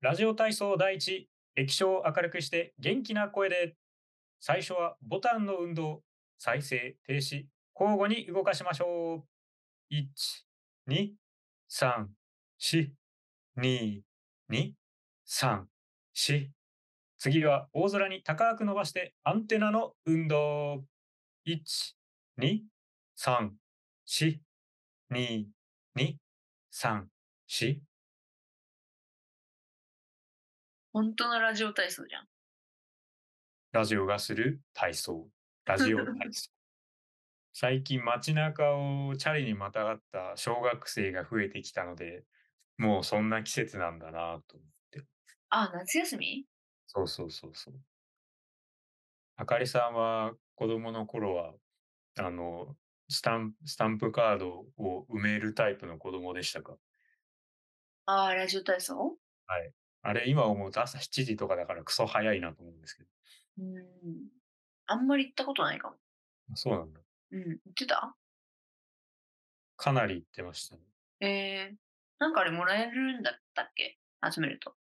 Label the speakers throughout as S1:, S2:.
S1: ラジオ体操第一、液晶を明るくして元気な声で。最初はボタンの運動、再生、停止、交互に動かしましょう。1、2、3、4、2、2、3、4。次は大空に高く伸ばしてアンテナの運動。1、2、3、4、2、2、3、4。
S2: 本当のラジオ体操じゃん。
S1: ラジオがする体操。ラジオ体操。最近街中をチャリにまたがった小学生が増えてきたので、もうそんな季節なんだなと。
S2: あ、夏休み
S1: そうそうそうそう。あかりさんは子供の頃は、あの、スタンスタンプカードを埋めるタイプの子供でしたか
S2: あーラジオ体操
S1: あれ、今思うと朝7時とかだからクソ早いなと思うんですけど。
S2: うん。あんまり行ったことないかも。
S1: そうなんだ。
S2: うん。行ってた
S1: かなり行ってましたね。
S2: えー、なんかあれもらえるんだったっけ集めると。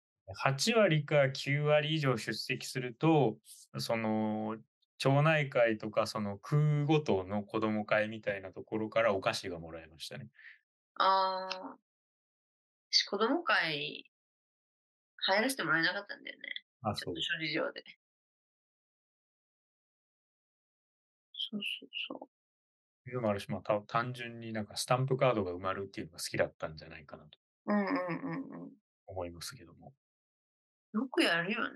S1: 8割か9割以上出席すると、その、町内会とか、その区ごとの子供会みたいなところからお菓子がもらえましたね。
S2: あー。私子供会、入らせてもらえなかったんだよね。
S1: あ、
S2: ちょっと諸事情で。そうそうそう。
S1: いうのもあるし、まあ、た単純になんかスタンプカードが埋まるっていうのが好きだったんじゃないかなと
S2: うんうんうんうん。
S1: 思いますけども。
S2: よくやるよね。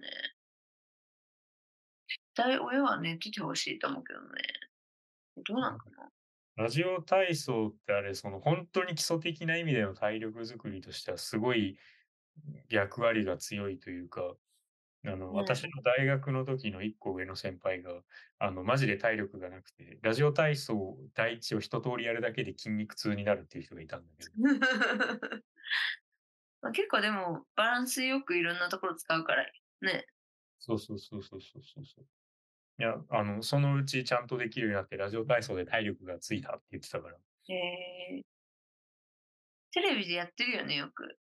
S2: 絶対親はね、出てほしいと思うけどね。どうなのかな
S1: ラジオ体操ってあれ、その本当に基礎的な意味での体力づくりとしてはすごい役割が強いというか、あの、
S2: ん
S1: 私の大学の時の一個上の先輩が、あの、マジで体力がなくて、ラジオ体操第一を一通りやるだけで筋肉痛になるっていう人がいたんだけど、
S2: まあ結構でも、バランスよくいろんなところ使うから、ね。
S1: そうそうそうそうそうそうそう。いや、あの、そのうちちゃんとできるようになって、ラジオ体操で体力がついたって言ってたから、
S2: へえテレビでやってるよね、よく。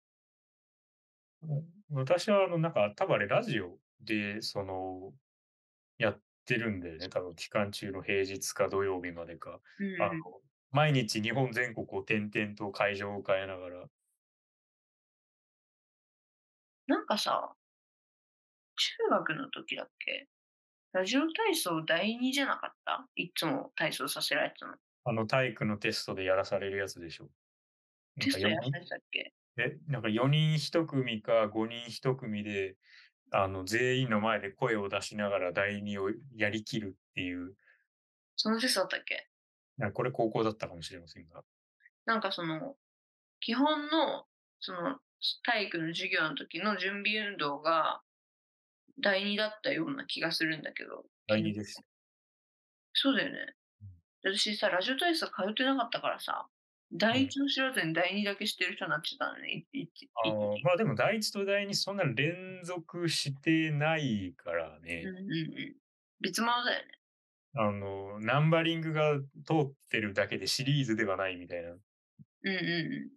S1: 私は、あの、なんか、多分あれ、ラジオで、その、やってるんだよね。多分、期間中の平日か土曜日までか。
S2: うん
S1: あの、毎日日本全国を転々と会場を変えながら。
S2: なんかさ、中学の時だっけラジオ体操第2じゃなかったいつも体操させられてたの。
S1: あの、体育のテストでやらされるやつでしょ。なん
S2: テ
S1: か
S2: ストや
S1: 四
S2: ら
S1: 人
S2: されてたっけ
S1: え、なんか4人1組か5人1組で、あの、全員の前で声を出しながら第二をやりきるっていう、
S2: そのテストだったっけ
S1: なんかこれ高校だったかもしれませんが。
S2: なんかその、基本の、その、体育の授業の時の準備運動が、第二だったような気がするんだけど。
S1: 第二です。
S2: そうだよね。で私さ、ラジオ体操通ってなかったからさ、第一の知らずに第二だけしてる人になってたのね。いいい
S1: あ
S2: い
S1: ーまあでも第一と第二そんな連続してないからね
S2: うん、うんうん。別物だよね。
S1: あのナンバリングが通ってるだけでシリーズではないみたいな
S2: うんう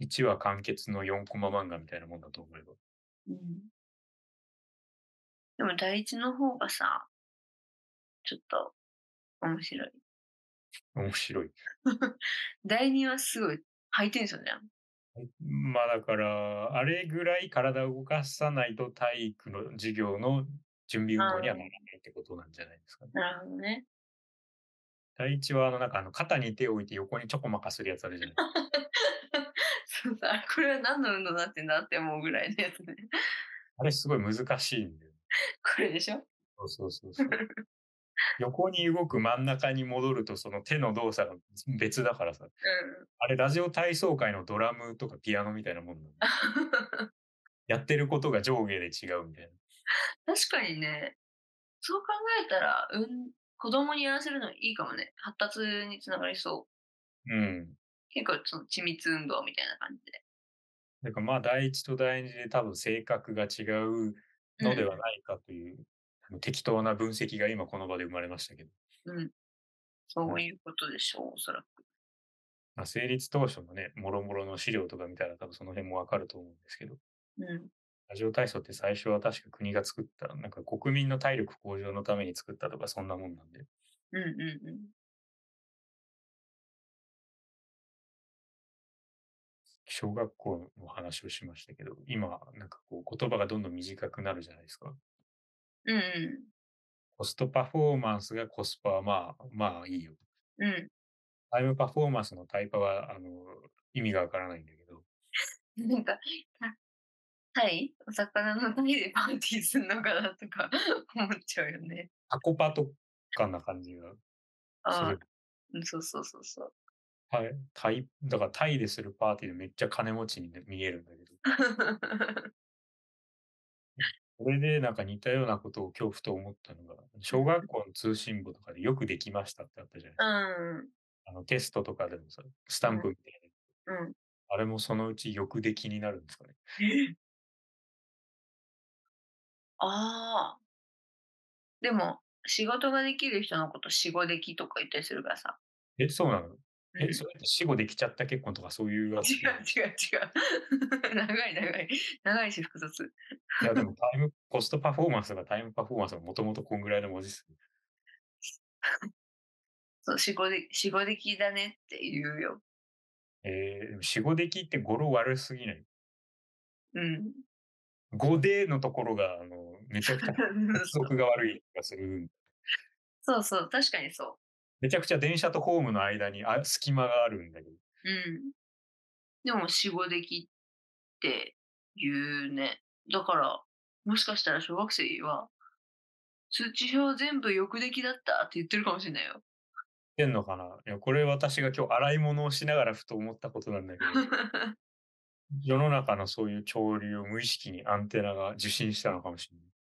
S2: ん
S1: 1話完結の4コマ漫画みたいなもんだと思えば
S2: うん。うん、でも第一の方がさ、ちょっと面白い。
S1: 面白い
S2: 第二はすごいハイテンションじゃん。
S1: まあだからあれぐらい体を動かさないと体育の授業の準備運動にはならないってことなんじゃないですかね
S2: なるほどね。
S1: 第一はあのなんかあの肩に手を置いて横にちょこまかするやつあるじゃないですか
S2: そうさ、あこれは何の運動になってんだって思うぐらいのやつね。
S1: あれすごい難しいんだよ
S2: これでしょ
S1: そうそうそうそう。横に動く真ん中に戻るとその手の動作が別だからさ。あれラジオ体操界のドラムとかピアノみたいなもんなんだ。
S2: うん。
S1: やってることが上下で違うみたいな。
S2: 確かにね、そう考えたら、うん、子供にやらせるのいいかもね。発達につながりそう。
S1: うん。
S2: 結構その緻密運動みたいな感じで。
S1: だからまあ第一と第二で多分性格が違うのではないかという、適当な分析が今この場で生まれましたけど。
S2: うん。そういうことでしょう、おそらく。
S1: まあ、成立当初のね、もろもろの資料とか見たら多分その辺もわかると思うんですけど、
S2: うん。
S1: ラジオ体操って最初は確か国が作った、なんか国民の体力向上のために作ったとかそんなもんなんで、
S2: うんうんうん。
S1: 小学校の話をしましたけど、今、なんかこう言葉がどんどん短くなるじゃないですか。
S2: うん
S1: コストパフォーマンスがコスパはまあ、まあいいよ。
S2: うん。うん。
S1: タイムパフォーマンスのタイパは、あの、意味がわからないんだけど、
S2: なんか、たタイお魚のタイでパーティーするのかなとか思っちゃうよね。
S1: タコパとかな感じがす
S2: ああ
S1: る。、
S2: うんそうそうそうそう。
S1: はい。タイ、だからタイでするパーティーでめっちゃ金持ちに見えるんだけど、これでなんか似たようなことを恐怖と思ったのが、小学校の通信簿とかでよくできましたってあったじゃないです
S2: う
S1: か。
S2: ん。
S1: あのテストとかでもさ、スタンプみたいな。
S2: うん。
S1: あれもそのうち欲で気になるんですかね。
S2: ああ。でも、仕事ができる人のこと、仕事できとか言ったりするからさ。
S1: え、そうなの
S2: うん
S1: え、それって死後できちゃった結婚とかそういうやつ
S2: 違う違う違う。 長い長い。長いし複雑。
S1: いや、でもタイム、コストパフォーマンスがタイムパフォーマンスがもともとこんぐらいの文字数。
S2: そう、仕事で、仕事できだねって言うよ。
S1: えー、でも死後できって語呂悪すぎない。
S2: うん。
S1: 語でのところが、あの、めちゃく ちゃ接続が悪い気がする。
S2: そうそう、確かにそ
S1: めちゃくちゃ電車とホームの間にあ隙間があるんだけど。
S2: う。うん。でも、死後できって言うね。だから、もしかしたら小学生は、通知表全部欲できだったって言ってるかもしれないよ。
S1: 言ってんのかないや、これ私が今日洗い物をしながらふと思ったことなんだけど、 世の中のそういう潮流を無意識にアンテナが受信したのかもし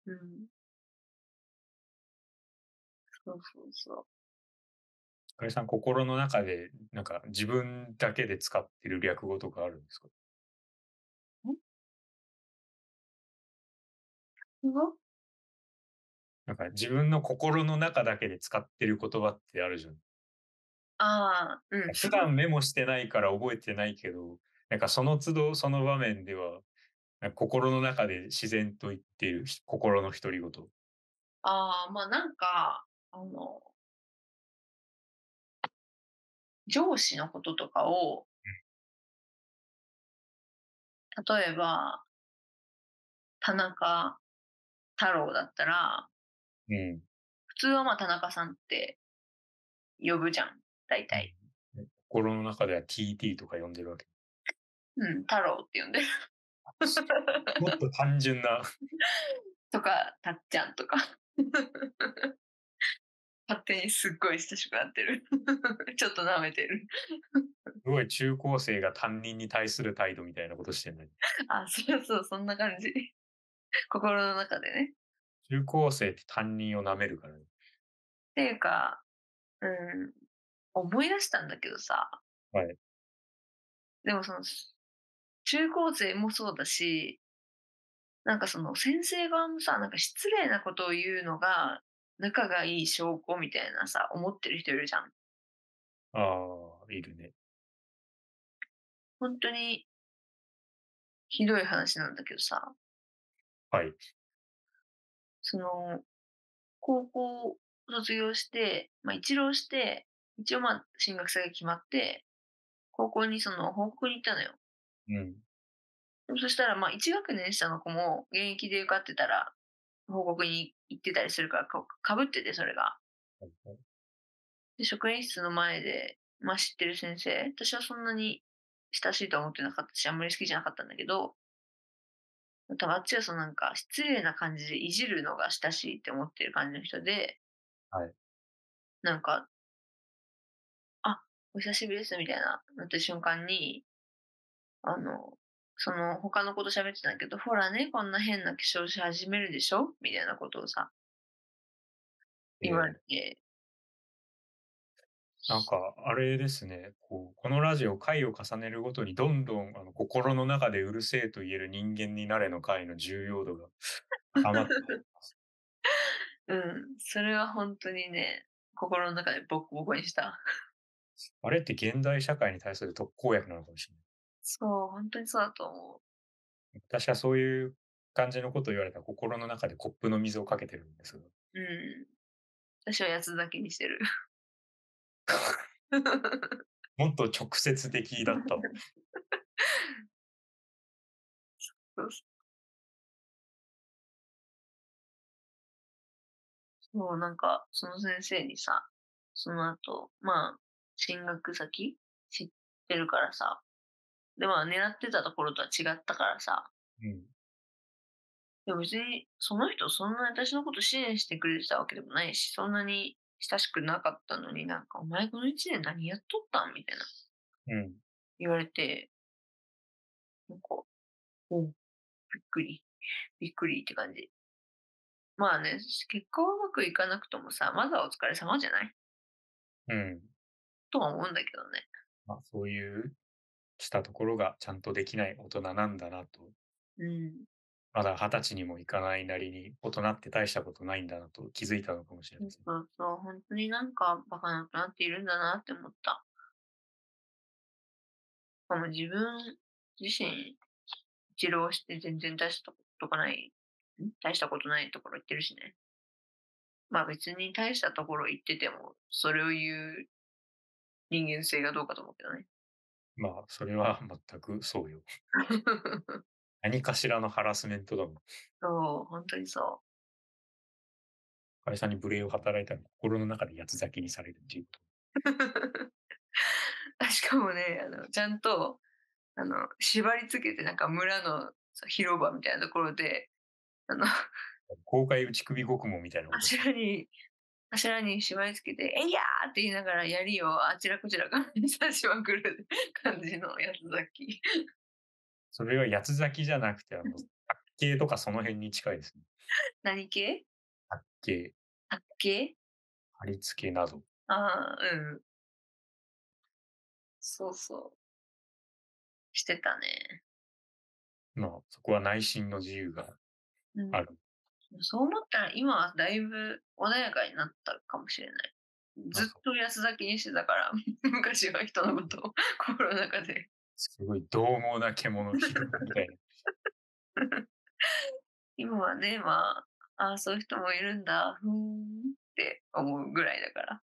S1: れない。
S2: うん。そうそうそう。
S1: かりさん、心の中で、なんか自分だけで使ってる略語とかあるんですか
S2: すご
S1: なんか自分の心の中だけで使ってる言葉ってあるじゃん。
S2: ああ、うん。
S1: 普段メモしてないから覚えてないけど、なんかその都度その場面では、なんか心の中で自然と言っているひ心の独り言。
S2: ああ、まあなんか、あの、上司のこととかを、例えば、田中太郎だったら、
S1: うん。
S2: 普通はまあ田中さんって呼ぶじゃん、大体。
S1: 心の中では TT とか呼んでるわけ。
S2: うん、太郎って呼んでる。
S1: もっと単純な。
S2: とか、たっちゃんとか。 勝手にすっごい親しくなってる。 ちょっと舐めてる。
S1: すごい中高生が担任に対する態度みたいなことしてない。
S2: あ、そうそう、そんな感じ。 心の中でね。
S1: 中高生って担任を舐めるからね。
S2: っていうか、うん、思い出したんだけどさ。
S1: はい。
S2: でもその、中高生もそうだし、なんかその先生側もさ、なんか失礼なことを言うのが仲がいい証拠みたいなさ、思ってる人いるじゃん。
S1: ああ、いるね。
S2: 本当にひどい話なんだけどさ、
S1: はい。
S2: その、高校卒業して、まあ一浪して、一応まあ進学先が決まって、高校にその報告に行ったのよ。
S1: うん。
S2: そしたらまあ1学年下の子も現役で受かってたら、報告に行ってたりするから、かかぶっててそれが。で、職員室の前で、まあ知ってる先生、私はそんなに親しいとは思ってなかったし、あんまり好きじゃなかったんだけど、多分あっちはそのなんか失礼な感じでいじるのが親しいって思ってる感じの人で、
S1: はい
S2: なんか、あ、お久しぶりですみたいな、なった瞬間に、あの、その他の子と喋ってたんだけど、ほらね、こんな変な化粧し始めるでしょみたいなことをさ、言われて、
S1: なんか、あれですね、こう、このラジオ、回を重ねるごとに、どんどん、あの、心の中でうるせえと言える人間になれの回の重要度が高まっております。
S2: うん、それは本当にね、心の中でボコボコにした。
S1: あれって現代社会に対する特効薬なのかもしれ
S2: そう、本当にそうだと思
S1: ない。私はそういう感じのことを言われたら心の中でコップの水をかけてるんですが。
S2: う。うん。私は八つだけにしてる。
S1: もっと直接的だったわ。
S2: そうそう。そう、なんか、その先生にさ、その後、まあ、進学先知ってるからさ、で、まあ、狙ってたところとは違ったからさ、
S1: うん。
S2: でも別に、その人、そんなに私のこと支援してくれてたわけでもないし、そんなに親しくなかったのになんか、お前この一年何やっとったんみたいな
S1: うん。
S2: 言われて、なんか、おびっくり、びっくりって感じ。まあね、結果はうまくいかなくともさ、まずはお疲れ様じゃない
S1: うん。
S2: とは思うんだけどね。
S1: まあ、そういうしたところがちゃんとできない大人なんだなと。
S2: うん。
S1: まだ二十歳にもいかないなりに大人って大したことないんだなと気づいたのかもしれません。
S2: そうそう、本当になんかバカなくなっているんだなって思った。まあもう自分自身、一浪して全然大したことがない、ん大したことないところ行ってるしね。まあ別に大したところ行ってても、それを言う人間性がどうかと思うけどね。
S1: まあ、それは全くそうよ。何かしらのハラスメントだもん。
S2: そう、本当にそ
S1: 会社に無礼を働いたら心の中で八つ咲きにされるっていうこ
S2: う。 しかもね、あの、ちゃんと、あの、縛り付けて、なんか村のさ広場みたいなところで、あの、
S1: と。公開打ち首獄門みたいなことして
S2: 柱に、柱に縛り付けて、えいやーって言いながら槍をあちらこちらから刺しまくる感じのやつだっき。
S1: それは八つ咲きじゃなくて、あの、卓球とかその辺に近いですね。
S2: 何系
S1: 卓球、
S2: 卓系
S1: 貼り付けなど。
S2: ああ、うん。そうそう。してたね。
S1: まあ、そこは内心の自由が
S2: うん
S1: ある。
S2: そう思ったら今はだいぶ穏やかになったかもしれない。ずっと安咲きにしてたから、 昔は人のことを 心の中で。
S1: すごい獰猛な獣みたいな。
S2: 今はね、まあ、ああ、そういう人もいるんだ、ふーんって思うぐらいだから。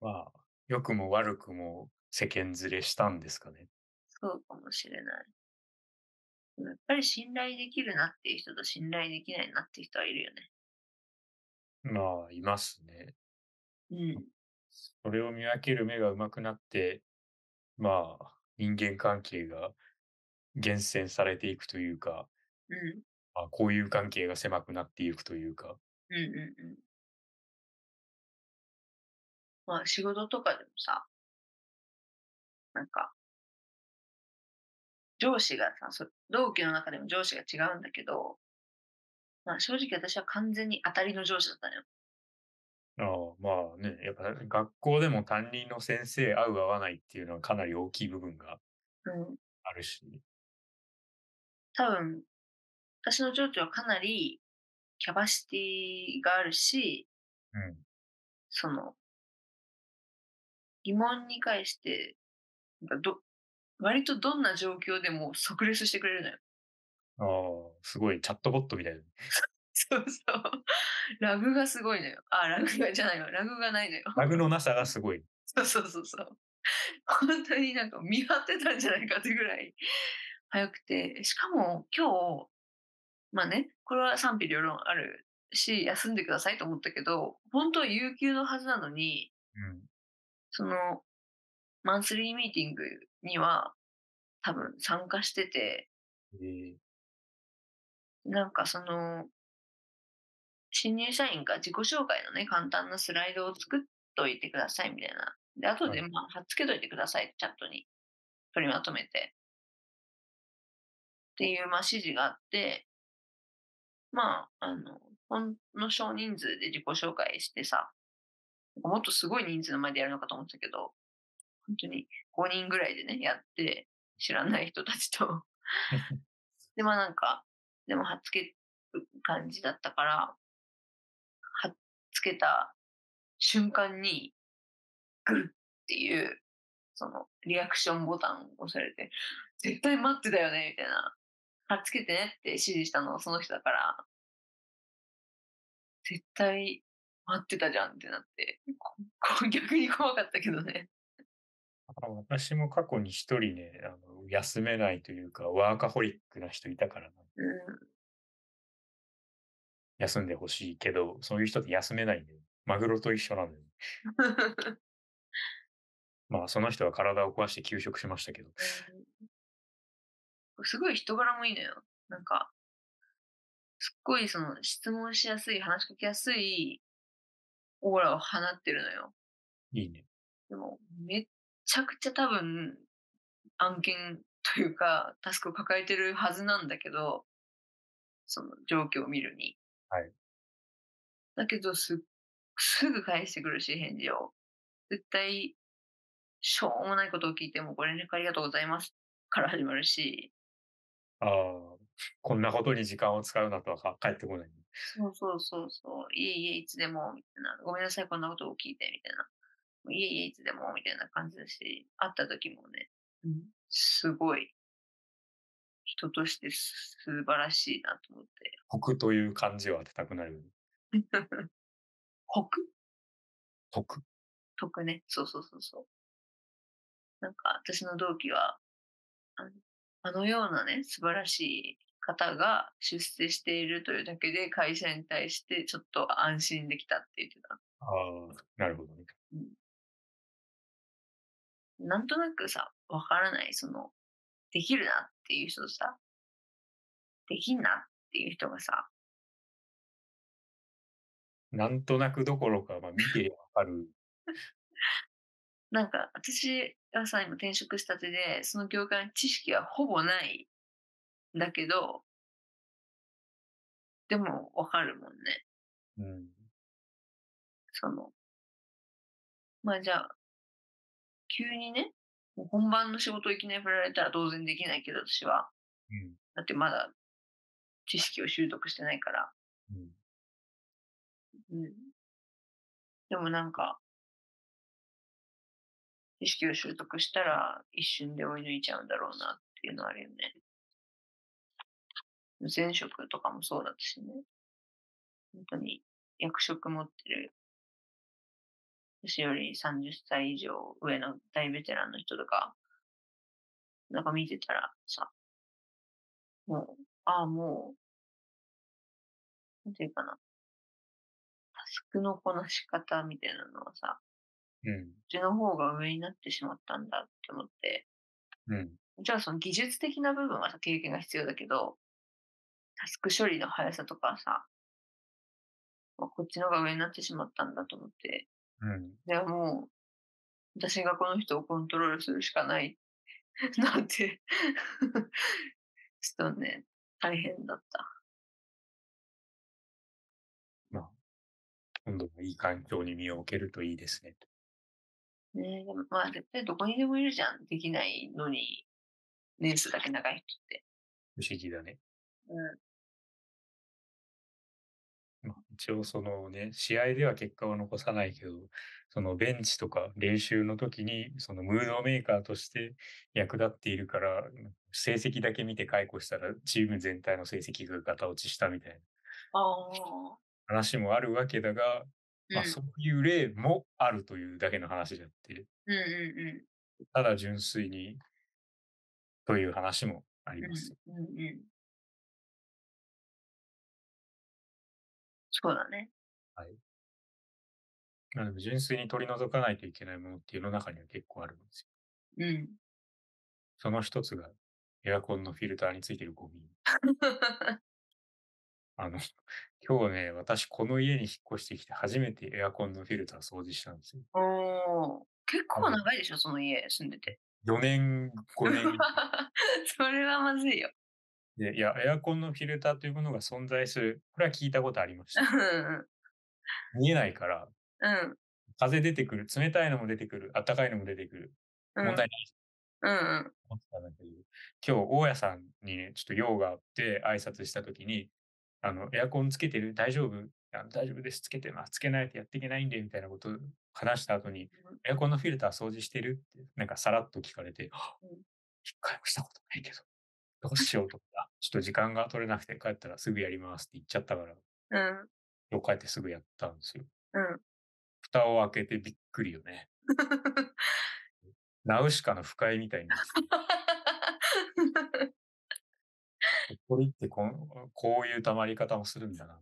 S1: まあ、良くも悪くも世間連れしたんですかね。
S2: そうかもしれない。でもやっぱり信頼できるなっていう人と信頼できないなっていう人はいるよね。
S1: まあ、いますね。
S2: うん。
S1: それを見分ける目が上手くなって、まあ、人間関係が厳選されていくというか、
S2: うん。
S1: まあ、こういう関係が狭くなっていくというか、
S2: うんうんうん。まあ仕事とかでもさ、なんか、上司がさ、そ同期の中でも上司が違うんだけど、まあ正直私は完全に当たりの上司だったのよ。
S1: ああまあね、やっぱ学校でも担任の先生合う合わないっていうのはかなり大きい部分が
S2: うん。
S1: あるし、
S2: 多分、私の上司はかなりキャパシティがあるし、
S1: うん、
S2: その、疑問に返して、なんかど、割とどんな状況でも即レスしてくれるのよ。
S1: ああすごいチャットボットみたいな。
S2: そうそう。ラグがすごいのよ。あ、ラグがじゃないわ。ラグがないのよ。
S1: ラグのなさがすごい。
S2: そうそうそうそう。本当になんか見張ってたんじゃないかってぐらい早くて。しかも今日、まあね、これは賛否両論あるし、休んでくださいと思ったけど、本当は有給のはずなのに、
S1: うん、
S2: その、マンスリーミーティングには多分参加してて、
S1: え
S2: なんかその、新入社員が自己紹介のね、簡単なスライドを作っといてくださいみたいな。で、後で
S1: は
S2: まあ、貼っつけといてください、チャットに。取りまとめて。っていう、まあ、指示があって、まあ、あの、ほんの少人数で自己紹介してさ、もっとすごい人数の前でやるのかと思ってたけど、本当に5人ぐらいでね、やって、知らない人たちと。で、まあなんか、でも貼っつける感じだったから、貼っつけた瞬間に、ぐるっっていう、そのリアクションボタンを押されて、絶対待ってたよね、みたいな。貼っつけてねって指示したのはその人だから、絶対待ってたじゃんってなって、ここ逆に怖かったけどね。
S1: あ私も過去に一人ねあの、休めないというか、ワーカホリックな人いたからな、
S2: うん。
S1: 休んでほしいけど、そういう人って休めないんで、マグロと一緒なんで、まあその人は体を壊して休職しましたけど、
S2: すごい人柄もいいのよ。なんか、すっごいその質問しやすい、話しかけやすいオーラを放ってるのよ。
S1: いいね。
S2: でも、めっちゃくちゃ多分、案件というか、タスクを抱えてるはずなんだけど、その状況を見るに。
S1: はい。
S2: だけど、す、すぐ返してくるし、返事を。絶対、しょうもないことを聞いても、ご連絡ありがとうございますから始まるし、
S1: ああ、こんなことに時間を使うなとはか帰ってこない。
S2: そうそうそうそう、いえいえ、いつでも、みたいな、ごめんなさい、こんなことを聞いて、みたいな、いえいえ、いつでも、みたいな感じだし、会った時もね、うん、すごい、人として素晴らしいなと思って。
S1: 北という漢字を当てたくなる。
S2: 北
S1: 北。
S2: 徳ね。そうそうそうそう。なんか私の同期は、あのあのようなね、素晴らしい方が出世しているというだけで会社に対してちょっと安心できたって言ってた。
S1: ああ、なるほどね。
S2: なんとなくさ、わからない、その、できるなっていう人とさ、できんなっていう人がさ、
S1: なんとなくどころか、まあ見てりゃわかる。
S2: なんか私がさ、今転職したてで、その業界の知識はほぼないんだけど、でもわかるもんね。
S1: うん。
S2: その、まあじゃあ、急にね、もう本番の仕事をいきなり振られたら当然できないけど、私は。
S1: うん。
S2: だってまだ知識を習得してないから。
S1: うん、
S2: うん。でもなんか、知識を習得したら一瞬で追い抜いちゃうんだろうなっていうのはあるよね。前職とかもそうだったしね。本当に役職持ってる、私より30歳以上上の大ベテランの人とか、なんか見てたらさ、もう、ああ、もう、なんていうかな。タスクのこなし方みたいなのはさ、
S1: うん。
S2: うちの方が上になってしまったんだって思って、
S1: うん。
S2: もちろんその技術的な部分はさ、経験が必要だけど、タスク処理の速さとかさ、まあこっちの方が上になってしまったんだと思って、
S1: うん。
S2: じゃあもう、私がこの人をコントロールするしかない、 なんて、 ちょっとね、大変だった。
S1: 今度はいい環境に身を置けるといいですね。
S2: ねえ、でもまあ絶対どこにでもいるじゃん。できないのに、年数だけ長い人って。
S1: 不思議だね。
S2: うん。
S1: まあ、一応そのね、試合では結果を残さないけど、そのベンチとか練習の時に、そのムードメーカーとして役立っているから、成績だけ見て解雇したら、チーム全体の成績がガタ落ちしたみたいな
S2: ああ。
S1: 話もあるわけだが、まあ、
S2: うん
S1: そういう例もあるというだけの話であって、
S2: うんうんうん。
S1: ただ純粋にという話もあります。
S2: うんうんうん。そうだね。
S1: まあでも純粋に取り除かないといけないものっていうの中には結構あるんですよ。
S2: うん。
S1: その一つがエアコンのフィルターについてるゴミ。あの、 今日ね、私この家に引っ越してきて初めてエアコンのフィルター掃除したんですよ。
S2: おー結構長いでしょ、その家住んでて。
S1: 4年、5年。
S2: それはまずいよ。
S1: で、いや、エアコンのフィルターというものが存在する。これは聞いたことありまし
S2: う
S1: た。
S2: ん
S1: 見えないから、
S2: うん。
S1: 風出てくる。冷たいのも出てくる。暖かいのも出てくる。
S2: うん。
S1: 問題ない
S2: うんうん。
S1: と思ってたんだけど、今日、大家さんにね、ちょっと用があって挨拶したときに、あの、エアコンつけてる大丈夫や大丈夫です、つけてます、つけないとやっていけないんで、みたいなことを話した後に、エアコンのフィルター掃除してるって、なんかさらっと聞かれて、はっ
S2: うん
S1: 一回もしたことないけど、どうしようと思って あちょっと時間が取れなくて帰ったらすぐやりますって言っちゃったから、
S2: うん。
S1: 今日帰ってすぐやったんですよ。
S2: うん。
S1: 蓋を開けてびっくりよね。ナウシカの不快みたいな。これってこんこういう溜まり方もするんだな。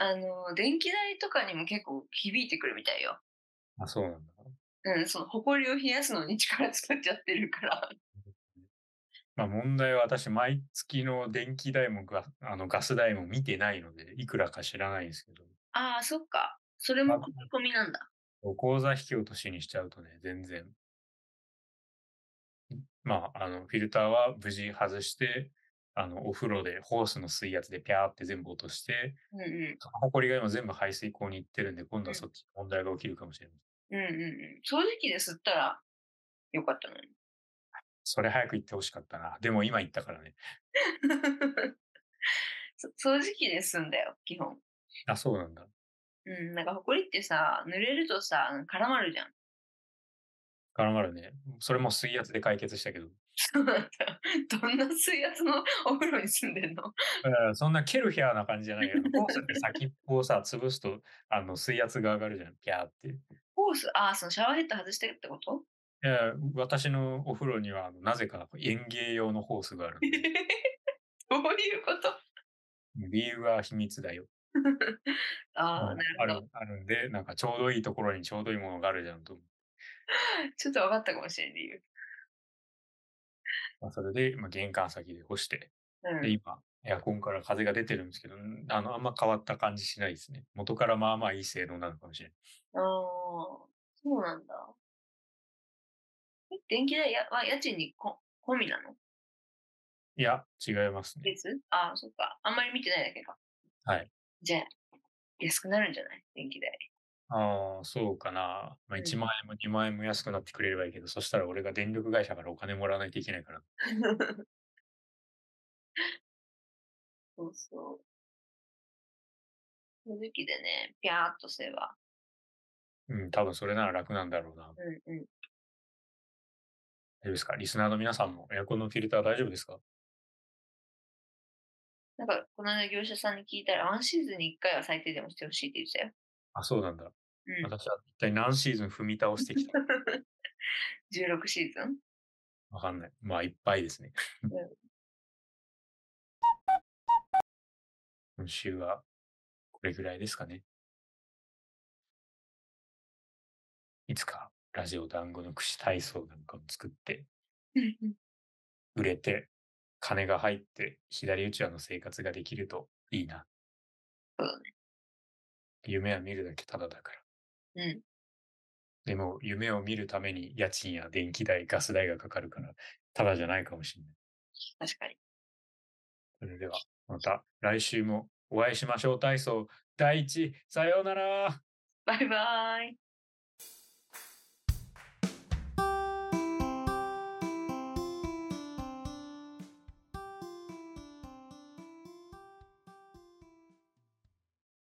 S2: あの、電気代とかにも結構響いてくるみたいよ。
S1: あ、そうなんだ。
S2: うん、その、埃を冷やすのに力使っちゃってるから。
S1: まあ問題は私、毎月の電気代もガあのガス代も見てないので、いくらか知らないんですけど、
S2: ああ、そっか。それも込み込みなんだ。
S1: 口座引き落としにしちゃうとね、全然。まあ、あの、フィルターは無事外して、あの、お風呂でホースの水圧でピャーって全部落として、
S2: うんう
S1: その埃が今全部排水口に行ってるんで、今度はそっちに問題が起きるかもしれない。
S2: ん。うんうんうん。掃除機で吸ったらよかったのに。
S1: それ早く言ってほしかったな。でも今言ったからね。
S2: そ掃除機で済んだよ、基本。
S1: あ、そうなんだ。
S2: うん、なんか埃ってさ、濡れるとさ、絡まるじゃん。
S1: 絡まるね。それも水圧で解決したけど。
S2: そうなんだ。どんな水圧のお風呂に住んでんの
S1: うんそんなケルヒャーな感じじゃないけど、 コースって先っぽをさ、潰すと、あの、水圧が上がるじゃん、ピャーって。い
S2: ホース、ああ、そのシャワーヘッド外してって こと
S1: や、私のお風呂には、あのなぜか園芸用のホースがあるん
S2: えへへ
S1: で。
S2: どういうこと
S1: 理由は秘密だよ。
S2: あ
S1: う
S2: あ、
S1: ん
S2: な
S1: あ
S2: るほ
S1: るあるんで、なんかちょうどいいところにちょうどいいものがあるじゃんと思
S2: ど。ちょっと分かったかもしれん、理由。
S1: う。まあ、それで、まあ、玄関先で干して、
S2: うん
S1: で、今、エアコンから風が出てるんですけど、んあの、あんま変わった感じしないですね。元からまあまあいい性能なのかもしれない。
S2: ああ、そうなんだ。え電気代やは家賃にこ込みなの
S1: いや、違いますね。
S2: 別ああ、そっか。あんまり見てないだけか。
S1: はい。
S2: じゃあ、安くなるんじゃない電気代。
S1: ああ、そうかな。まあ、
S2: うん
S1: 1万円も2万円も安くなってくれればいいけど、そしたら俺が電力会社からお金もらわないといけないから。
S2: そうそう。その時期でね、ピャーっとすれば。
S1: うん、多分それなら楽なんだろうな。大
S2: うんうん。
S1: 丈夫ですかリスナーの皆さんもエアコンのフィルター大丈夫ですか
S2: なんか、この間業者さんに聞いたら、ワンシーズンに1回は最低でもしてほしいって言ってたよ。
S1: あ、そうなんだ。
S2: うん。
S1: 私は一体何シーズン踏み倒してきた
S2: 16シーズン
S1: わかんない。まあ、いっぱいです ね。 今週はこれぐらいですかね。いつかラジオ団子の串体操なんかを作って、売れて、金が入って、左打ちわの生活ができるといいな。
S2: そうだ
S1: 夢は見るだけただだから。
S2: うん。
S1: でも、夢を見るために家賃や電気代、ガス代がかかるから、ただじゃないかもしれない。
S2: 確かに。
S1: それでは、また来週もお会いしましょう体操第一、さようなら。
S2: バイバーイ。